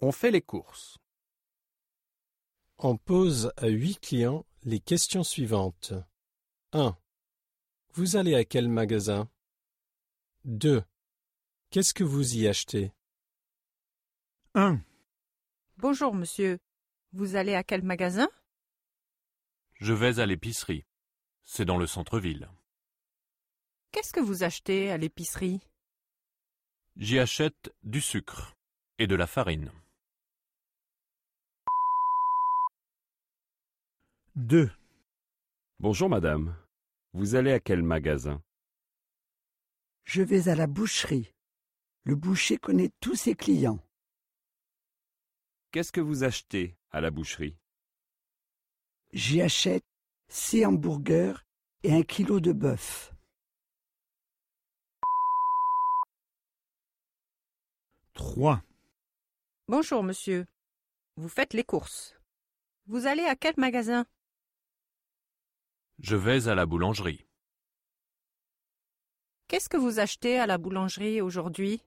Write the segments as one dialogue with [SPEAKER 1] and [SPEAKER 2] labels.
[SPEAKER 1] On fait les courses.
[SPEAKER 2] On pose à huit clients les questions suivantes. 1. Vous allez à quel magasin 2. Qu'est-ce que vous y achetez
[SPEAKER 3] 1.
[SPEAKER 4] Bonjour, monsieur. Vous allez à quel magasin
[SPEAKER 5] Je vais à l'épicerie. C'est dans le centre-ville.
[SPEAKER 4] Qu'est-ce que vous achetez à l'épicerie
[SPEAKER 5] J'y achète du sucre et de la farine.
[SPEAKER 3] 2.
[SPEAKER 6] Bonjour madame. Vous allez à quel magasin
[SPEAKER 7] Je vais à la boucherie. Le boucher connaît tous ses clients.
[SPEAKER 6] Qu'est-ce que vous achetez à la boucherie
[SPEAKER 7] J'y achète six hamburgers et un kilo de bœuf.
[SPEAKER 3] 3.
[SPEAKER 4] Bonjour, monsieur. Vous faites les courses. Vous allez à quel magasin
[SPEAKER 5] Je vais à la boulangerie.
[SPEAKER 4] Qu'est-ce que vous achetez à la boulangerie aujourd'hui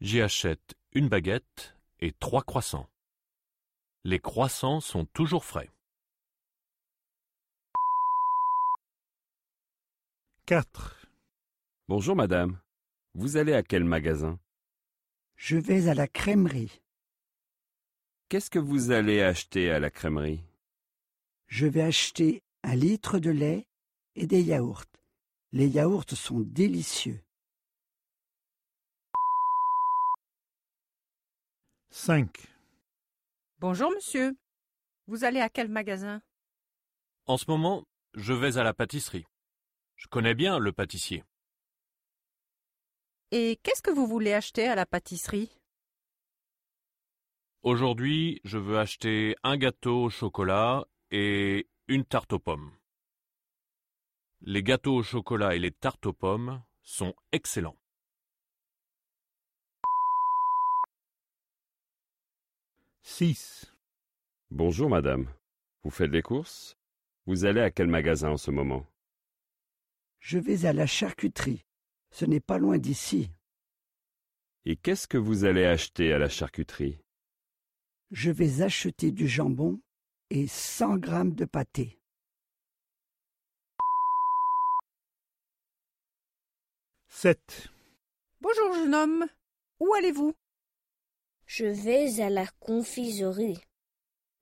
[SPEAKER 5] J'y achète une baguette et trois croissants. Les croissants sont toujours frais.
[SPEAKER 3] 4.
[SPEAKER 6] Bonjour madame. Vous allez à quel magasin
[SPEAKER 7] Je vais à la crèmerie.
[SPEAKER 6] Qu'est-ce que vous allez acheter à la crèmerie
[SPEAKER 7] Je vais acheter un litre de lait et des yaourts. Les yaourts sont délicieux.
[SPEAKER 3] 5.
[SPEAKER 4] Bonjour, monsieur. Vous allez à quel magasin
[SPEAKER 5] En ce moment, je vais à la pâtisserie. Je connais bien le pâtissier.
[SPEAKER 4] Et qu'est-ce que vous voulez acheter à la pâtisserie
[SPEAKER 5] Aujourd'hui, je veux acheter un gâteau au chocolat et une tarte aux pommes. Les gâteaux au chocolat et les tartes aux pommes sont excellents.
[SPEAKER 3] 6.
[SPEAKER 6] Bonjour madame. Vous faites les courses Vous allez à quel magasin en ce moment
[SPEAKER 7] Je vais à la charcuterie. Ce n'est pas loin d'ici.
[SPEAKER 6] Et qu'est-ce que vous allez acheter à la charcuterie
[SPEAKER 7] Je vais acheter du jambon et 100 grammes de pâté.
[SPEAKER 3] 7.
[SPEAKER 4] Bonjour, jeune homme. Où allez-vous
[SPEAKER 8] Je vais à la confiserie.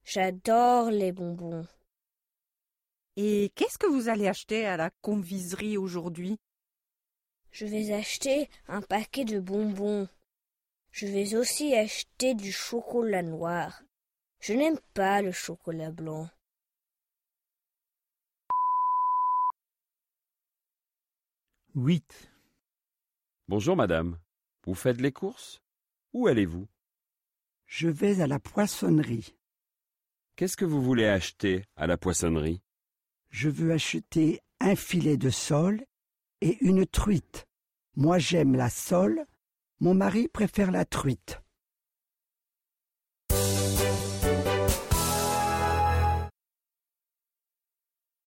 [SPEAKER 8] J'adore les bonbons.
[SPEAKER 4] Et qu'est-ce que vous allez acheter à la conviserie aujourd'hui
[SPEAKER 8] Je vais acheter un paquet de bonbons. Je vais aussi acheter du chocolat noir. Je n'aime pas le chocolat blanc.
[SPEAKER 3] 8.
[SPEAKER 6] Bonjour madame. Vous faites les courses Où allez-vous
[SPEAKER 7] Je vais à la poissonnerie.
[SPEAKER 6] Qu'est-ce que vous voulez acheter à la poissonnerie
[SPEAKER 7] Je veux acheter un filet de sole et une truite. Moi j'aime la sole, mon mari préfère la truite.